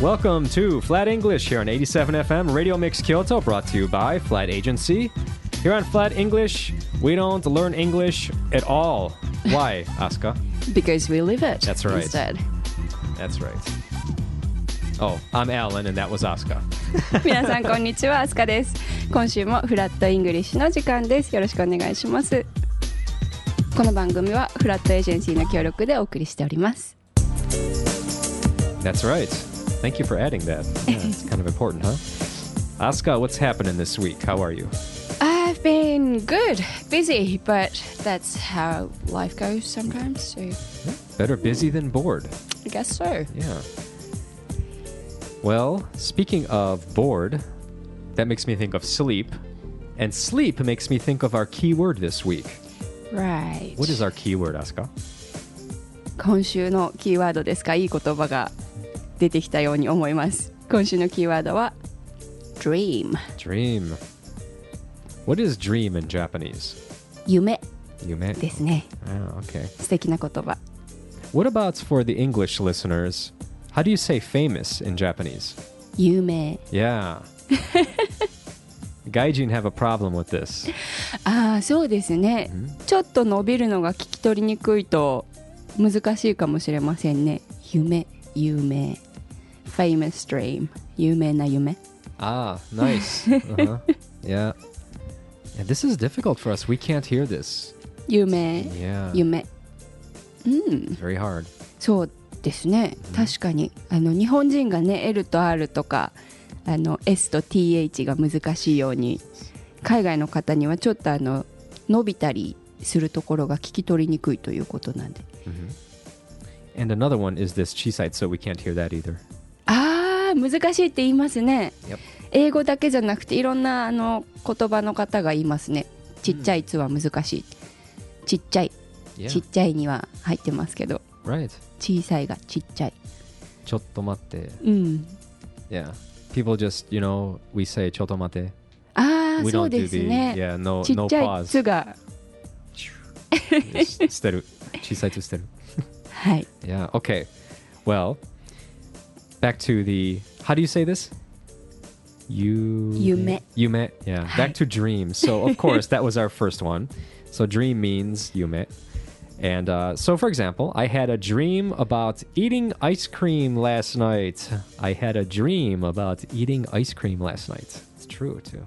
Welcome to Flat English here on 87 FM Radio Mix Kyoto, brought to you by Flat Agency. Here on Flat English, we don't learn English at all. Why, Asuka? Because we live it. That's right. Instead. That's right. Oh, I'm Alan, and that was Asuka. 皆さんこんにちは、アスカです。今週もフラットイングリッシュの時間です。よろしくお願いします。この番組はフラットエージェンシーの協力でお送りしております。 That's right. Thank you for adding that. Yeah, it's kind of important, huh? Asuka, what's happening this week? How are you? I've been good, busy, but that's how life goes sometimes. So Better busy than bored. I guess so. Yeah. Well, speaking of bored, that makes me think of sleep. And sleep makes me think of our keyword this week. Right. What is our keyword, Asuka? 今週のキーワードですかいい言葉が出てきたように思います。今週のキーワードは dream Dream. What is dream in Japanese? 夢 You meant. ですね。 Oh, okay. 素敵な言葉。 What about for the English listeners? How do you say famous in Japanese? 有名 Yeah. Gaijin have a problem with this. ああそうですね、ちょっと伸びるのが聞き取りにくいと難しいかもしれませんね夢有名 famous dream 有名な夢 Ah, nice. uh-huh. Yeah. And this is difficult for us. We can't hear this. 有名 Yeah. 夢 It's very hard. そうですね確かにあの日本人がね L と R とかあの S と TH が難しいように海外の方にはちょっとあの伸びたりするところが聞き取りにくいということなんで Mm-hmm. And another one is this chisite, so we can't hear that either. あー難しいって言いますね Yep. 英語だけじゃなくていろんなあの言葉の方が言いますねちっちゃい「つ」は難しい、ちっちゃい、 Yeah. ちっちゃいには入ってますけど Right. 小さいがちっちゃい Chotomate. うん Yeah. People just, you know, we say chotomate. ああ We そ don't う do です the ね、 yeah, no ち no っちゃい「 pause. つ」が Yes, してる。小さいとしてる。はい Yeah, okay. Well, back to the how do you say this? You Yume. Yume. Yeah. Back to dream. So of course that was our first one. So dream means yume. And uh, so, for example, I had a dream about eating ice cream last night. I had a dream about eating ice cream last night. It's true too.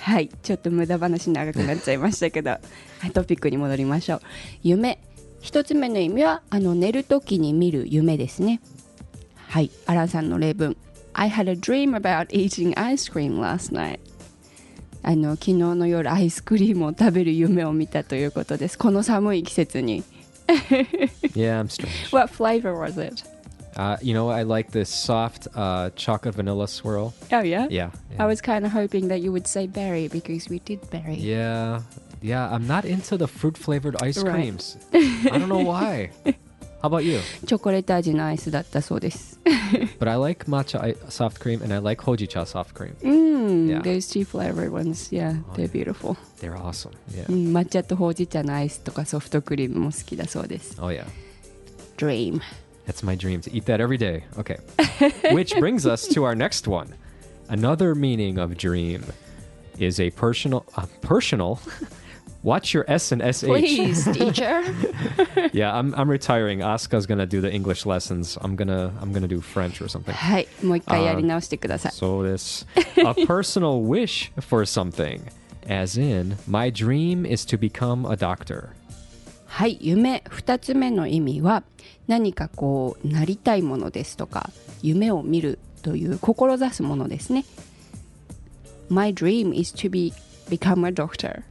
はいちょっと無駄話長くなっちゃいましたけど はいトピックに戻りましょう夢一つ目の意味はあの寝る時に見る夢ですねはいアランさんの例文 I had a dream about eating ice cream last night あの昨日の夜アイスクリームを食べる夢を見たということですこの寒い季節に Yeah, I'm strange. What flavor was it? Uh, you know, I like this soft uh, chocolate vanilla swirl. Oh yeah? Yeah. I was kind of hoping that you would say berry because we did berry Yeah, yeah. I'm not into the fruit flavored ice Right. creams. I don't know why. How about you? チョコレート味のアイスだったそうです But I like matcha I- soft cream and I like hojicha soft cream. Yeah. Mm, those two flavored ones, yeah, they're beautiful. They're awesome. Yeah. うん、抹茶とほうじ茶のアイスとかソフトクリームも好きだそうです。 Oh yeah. Dream。 That's my dream to eat that every day. Okay. Which brings us to our next one. Another meaning of dream is a personal. A personal. Watch your S and SH. Please, teacher. Yeah, I'm, I'm retiring. Asuka's gonna do the English lessons. I'm gonna I'm gonna do French or something. はい、もう一回やり直してください。 So this a personal wish for something, as in my dream is to become a doctor. はい、夢二つ目の意味は何かこうなりたいものですとか夢を見るという志すものですね。My dream is to be become a doctor.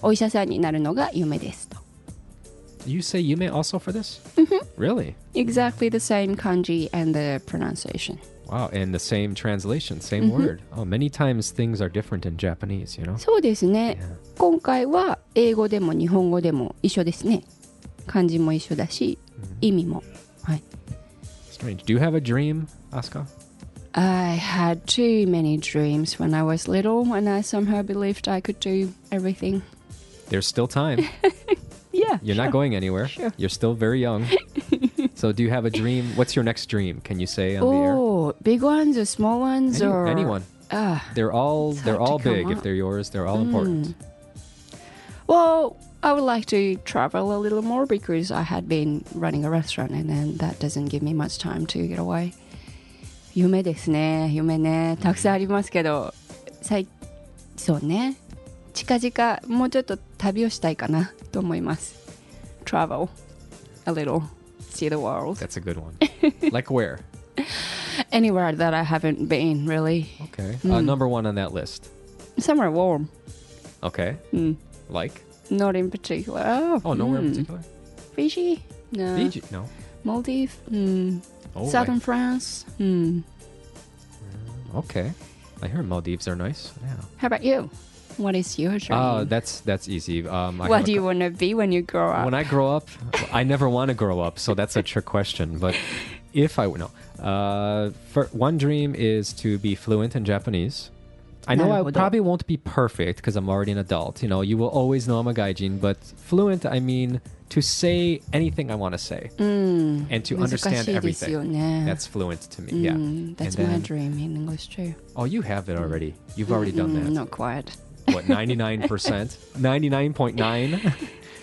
お医者さんになるのが夢ですと。 You say yume also for this? Mm-hmm. Really? Exactly the same kanji and the pronunciation. Wow, and the same translation, same Mm-hmm. word. Oh, many times things are different in Japanese, you know? そうですね。今回は英語でも日本語でも一緒ですね。漢字も一緒だし、意味も。はい。 Strange. Do you have a dream, Asuka? I had too many dreams when I was little, and I somehow believed I could do everything. There's still time. Yeah. You're not going anywhere. Sure. You're still very young. So, do you have a dream? What's your next dream? Can you say on the air? Oh, big ones or small ones Any- or anyone. Ah, They're all It's they're hard to all come big. If up. Mm. they're yours, they're all important. well, I would like to travel a little more because I had been running a restaurant and then that doesn't give me much time to get away. 夢ですね、夢ね、たくさんありますけど、最そうね、近々もうちょっと旅をしたいかなと思います。Travel a little, see the world. That's a good one. like where? Anywhere that I haven't been, really. Okay. Hmm. Uh, number one on that list. Somewhere warm. Okay. Mm. Like? Not in particular. Oh, Oh, nowhere in mm. particular. Fiji? No. Fiji? No. Maldives? Mm. Oh, right. Uh, Southern France? Mm. Okay. I hear Maldives are nice. Yeah. How about you? What is your dream? Uh, that's that's easy. Um, I have what a do you cou- want to be when you grow up? When I grow up, I never want to grow up, so that's a trick question. But if I would know, uh, for, one dream is to be fluent in Japanese. I know I なるほど。 probably won't be perfect because I'm already an adult. You know, you will always know I'm a gaijin, but fluent, I mean to say anything I want to say うん。 and to 難し understand いですよ everything. ね。 That's fluent to me. うん Yeah. Hmm. That's And my then- dream in English too. Oh, you have it already. You've already done that. Mm, Not quite. what 99% 99.9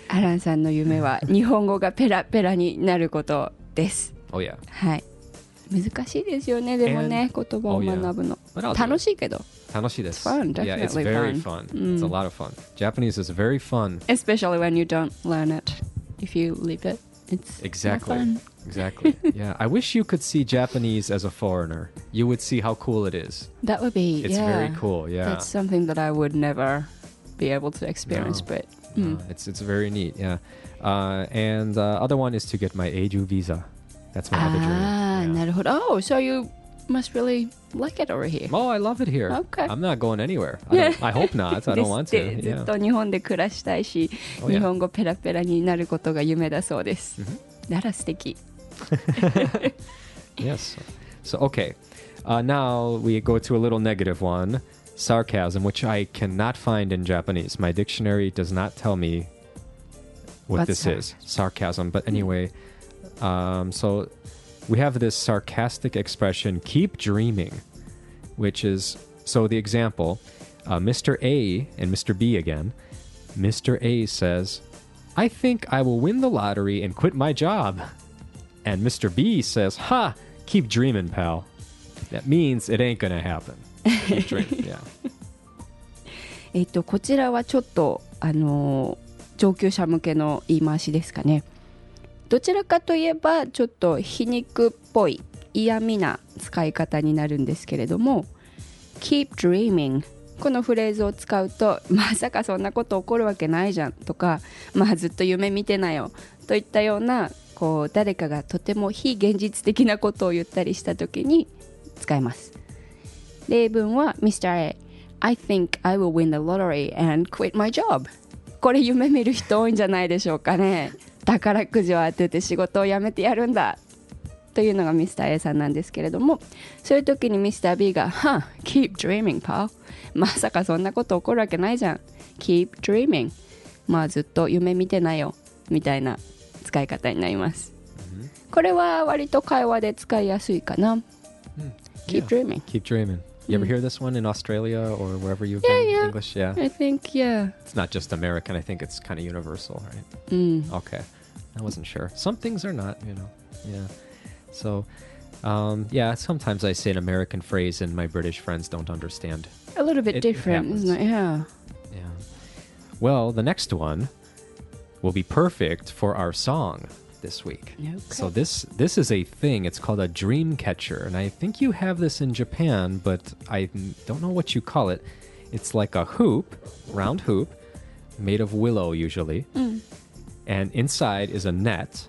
アランさんの夢 は日本語がペラペラになることです。 oh yeah はい。難しいですよね、でもね、言葉を Oh, yeah. 学ぶの But I'll do。it. 楽しいけど。楽しいです It's fun, yeah it's definitely very fun, fun. it's a Mm. lot of fun Japanese is very fun especially when you don't learn it if you leave it it's not exactly fun. exactly yeah I wish you could see Japanese as a foreigner you would see how cool it is that would be it's yeah, very cool yeah that's something that i would never be able to experience No. but hmm. Uh, it's it's very neat yeah uh, and uh, other one is to get my Eiju visa that's my other dream ah yeah. なるほど oh so you must really like it over here Oh, I love it here. Okay. I'm not going anywhere. I, Yeah. don't, I hope not. I で don't want で to. ずっ Yeah. と日本で暮らしたいし、 Oh, yeah. Mm-hmm. 日本語ペラペラになることが夢だそうです、なら素敵 Yes. So okay, uh, now we go to a little negative one, sarcasm, which I cannot find in Japanese. My dictionary does not tell me what What's this is sarcasm. But anyway, um, so we have this sarcastic expression, "keep dreaming," which is so the example, uh, Mr. A and Mr. B again. Mr. A says, "I think I will win the lottery and quit my job." And Mr. B says, Ha, keep dreaming, pal. That means it ain't gonna happen. Keep dreaming, yeah. えっと、こちらはちょっと、あのー上級者向けの言い回しですかねどちらかといえばちょっと皮肉っぽい嫌味な使い方になるんですけれども「keep dreaming」このフレーズを使うと「まさかそんなこと起こるわけないじゃん」とか「まあずっと夢見てなよ」といったようなこう誰かがとても非現実的なことを言ったりした時に使います。例文は Mr. A I think I will win the lottery and quit my job これ夢見る人多いんじゃないでしょうかね宝くじを当てて仕事を辞めてやるんだというのが Mr.A さんなんですけれどもそういう時に Mr.B が「Huh, keep dreaming, pal まさかそんなこと起こるわけないじゃん keep dreaming まあずっと夢見てないよみたいな使い方になります Mm-hmm. これは割と会話で使いやすいかな keep Yeah. dreaming Keep dreaming. You ever hear this one in Australia or wherever you've Yeah, been? yeah. English, yeah. I think yeah It's not just American. I think it's kind of universal, right? うん、 Okay, I wasn't sure. Some things are not, you know. Yeah. So, um, yeah. Sometimes I say an American phrase and my British friends don't understand. a little bit It- it different, happens. isn't it? Yeah. Yeah. Well, the next one will be perfect for our song this week. Okay. So this this is a thing. It's called a dream catcher, and I think you have this in Japan, but I n- don't know what you call it. It's like a hoop, round hoop, made of willow usually, and inside is a net.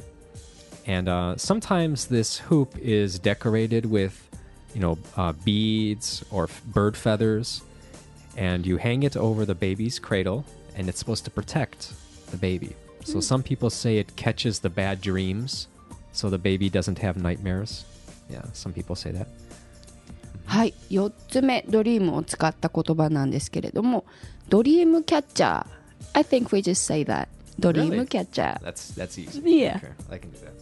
And uh, sometimes this hoop is decorated with, you know, uh, beads or f- bird feathers and you hang it over the baby's cradle, and it's supposed to protect the baby. Hmm. So some people say it catches the bad dreams, so the baby doesn't have nightmares. Yeah, some people say that. はい4つ目ドリームを使った言葉なんですけれどもドリームキャッチャー I think we just say that ドリームキャッチャー That's that's easy. Uh, Yeah. okay, I can do that.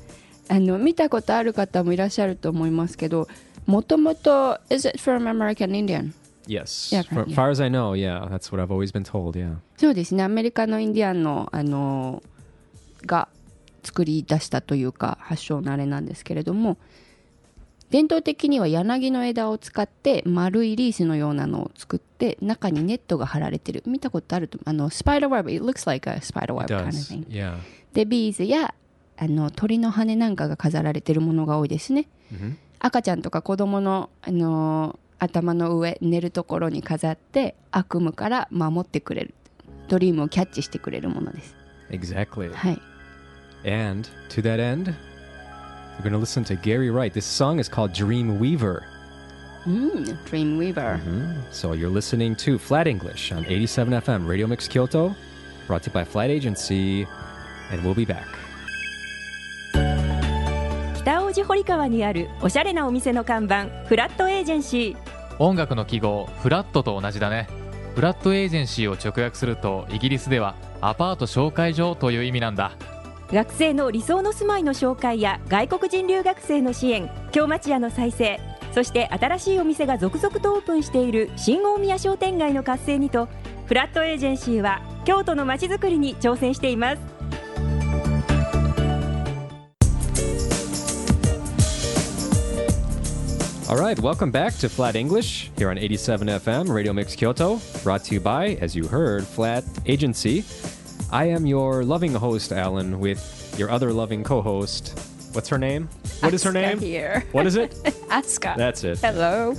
あの見たことある方もいらっしゃると思いますけどもともと「Is it from American Indian? Yes. Yeah, Far- yeah. far as I know, yeah, that's what I've always been told. Yeah.」そうですねアメリカのインディアンのあのが作り出したというか発祥のあれなんですけれども伝統的には柳の枝を使って丸いリースのようなのを作って中にネットが張られてる見たことあるとあのスパイダーウェブ it looks like a spider web It kind of does. thing Yeah. でビーズやあの鳥の羽なんかが飾られてるものが多いですね Mhm. 赤ちゃんとか子供のあのー頭の上寝るところに飾って悪夢から守ってくれるドリームをキャッチしてくれるものです Exactly. はい And to that end, we're going to listen to Gary Wright. This song is called Dream Weaver. うん Dreamweaver、Mm-hmm. So you're listening to Flat English on 87 FM Radio Mix Kyoto, brought to you by Flat Agency, and we'll be back. 北大路堀川にあるおしゃれなお店の看板フラットエージェンシ音楽の記号フラットと同じだねフラットエージェンシーを直訳するとイギリスではアパート紹介所という意味なんだー学生の理想の住まいの紹介や外国人留学生の支援京町屋の再生そして新しいお店が続々とオープンしている新大宮商店街の活性にとフラットエージェンシーは京都の街づくりに挑戦しています All right, welcome back to Flat English here on 87 FM Radio Mix Kyoto, brought to you by, as you heard, Flat Agency. I am your loving host, Alan, with your other loving co host. What's her name? What is her Asuka name? here. What is it? Asuka That's it. Hello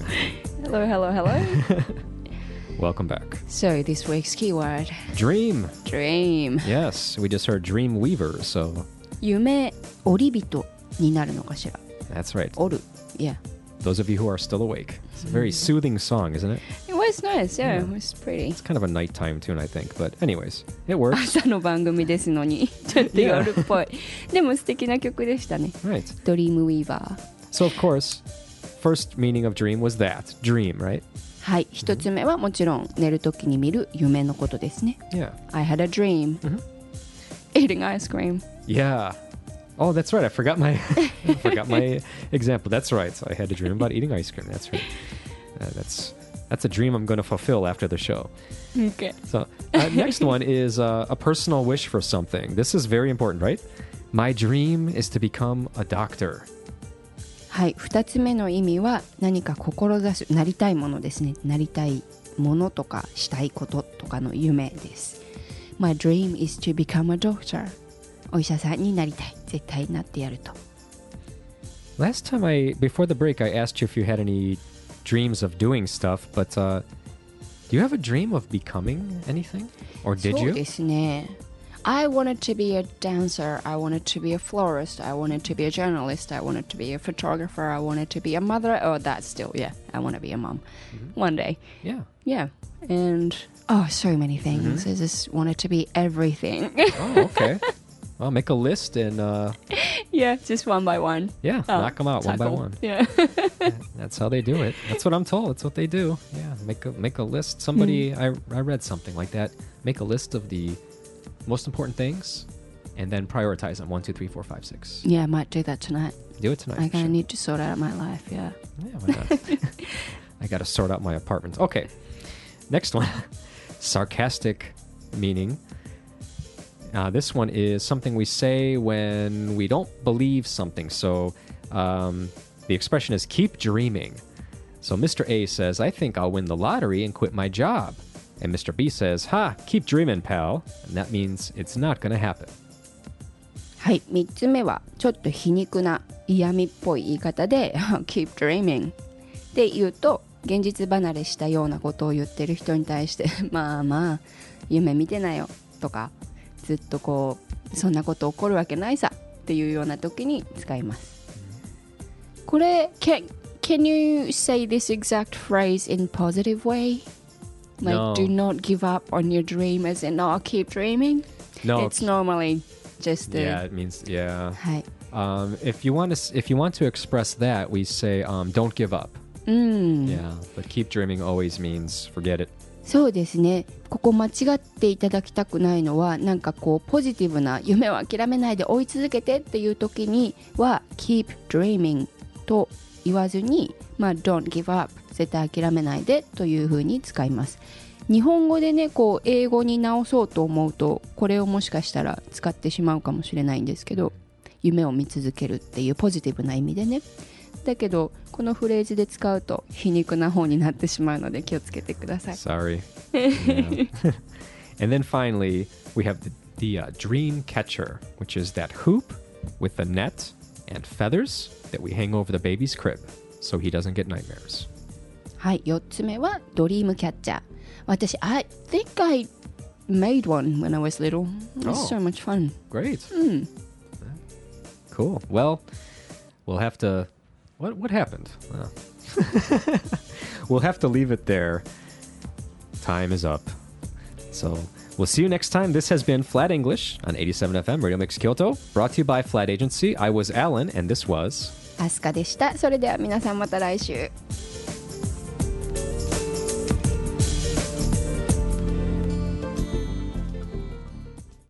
Hello hello hello Welcome back. So this week's keyword Dream. Dream Yes, we just heard Dream Weaver, so 夢織り人になるのかしら that's right. 織る Yeah Those of you who are still awake. It's a very soothing song, isn't it? It was nice yeah, it was pretty It's kind of a nighttime tune, I think. But anyways, it works. 朝の番組ですのにちょっと夜っぽいでも素敵な曲でしたね right. ドリームウィーバー So of course, first meaning of dream was that dream, right? はい一つ目はもちろん寝るときに見る夢のことですね Yeah. I had a dream、eating ice cream Yeah. Oh, that's right. I forgot my I forgot my example. That's right. I had a dream about eating ice cream. That's right. Uh, that's that's a dream I'm going to fulfill after the show. OK So uh, next one is uh, a personal wish for something. This is very important, right? My dream is to become a doctor. はい二つ目の意味は何か志すなりたいものですねなりたいものとかしたいこととかの夢です My dream is to become a doctor お医者さんになりたい絶対なってやると Last time I before the break I asked you if you had any dreams of doing stuff, but uh, do you have a dream of becoming anything? Or did そう you? ですね I wanted to be a dancer, I wanted to be a florist, I wanted to be a journalist, I wanted to be a photographer, I wanted to be a mother. Oh, that's still, yeah, I want to be a mom Mm-hmm. one day. Yeah. Yeah. And oh, so many things. Mm-hmm. I just wanted to be everything. Oh, okay. well, make a list and uh, yeah, just one by one. yeah, knock 'em Oh, knock them out one by tackle. one. Yeah. That's how they do it. That's what I'm told. That's what they do. Yeah, make a make a list. Somebody Hmm. I I read something like that. Make a list of the most important things, and then prioritize them. One, two, three, four, five, six. yeah, I might do that tonight. Do it tonight. I for sure. kind of need to sort out my life. Yeah. Yeah, why not? I got to sort out my apartment. Okay. Next one. Sarcastic meaning. Uh, this one is something we say when we don't believe something. So um, the expression is keep dreaming. So Mr. A says, I think I'll win the lottery and quit my job. And Mr. B says, Ha, keep dreaming, pal. And that means it's not going to happen. はい3つ目はちょっと皮肉な嫌味っぽい言い方で 「Keep dreaming」って言うと現実離れしたようなことを言ってる人に対して 「まあまあ夢見てなよ」とかずっとこう「そんなこと起こるわけないさ」っていうような時に使いますこれ can, can you say this exact phrase in positive way? Like No. do not give up on your dream as in oh keep dreaming? No. It's normally just the Yeah, it means, yeah. はい。 Um, if you want to, if you want to express that, Mm-hmm. we say um, "Don't give up." Yeah, but keep dreaming always means forget it. そうですねここ間違っていただきたくないのはなんかこうポジティブな夢を諦めないで追い続けてっていう時には「keep dreaming」と言わずに「まあ、don't give up」絶対諦めないでというふうに使います日本語でねこう英語に直そうと思うとこれをもしかしたら使ってしまうかもしれないんですけど夢を見続けるっていうポジティブな意味でねだけどこのフレーズで使うと皮肉な方になってしまうので気をつけてください Sorry. Yeah. and then finally, we have the, the uh, dream catcher, which is that hoop with the net and feathers that we hang over the baby's crib so he doesn't get nightmares. はい4つ目はドリームキャッチャー私 I think I made one when I was little It's so much fun Great. Cool. Well, we'll have to. What what happened? Oh. we'll have to leave it there. Time is up. So we'll see you next time. This has been Flat English on 87 FM Radio Mix Kyoto, brought to you by Flat Agency. I was Alan, and this was. アスカでしたそれでは皆さんまた来週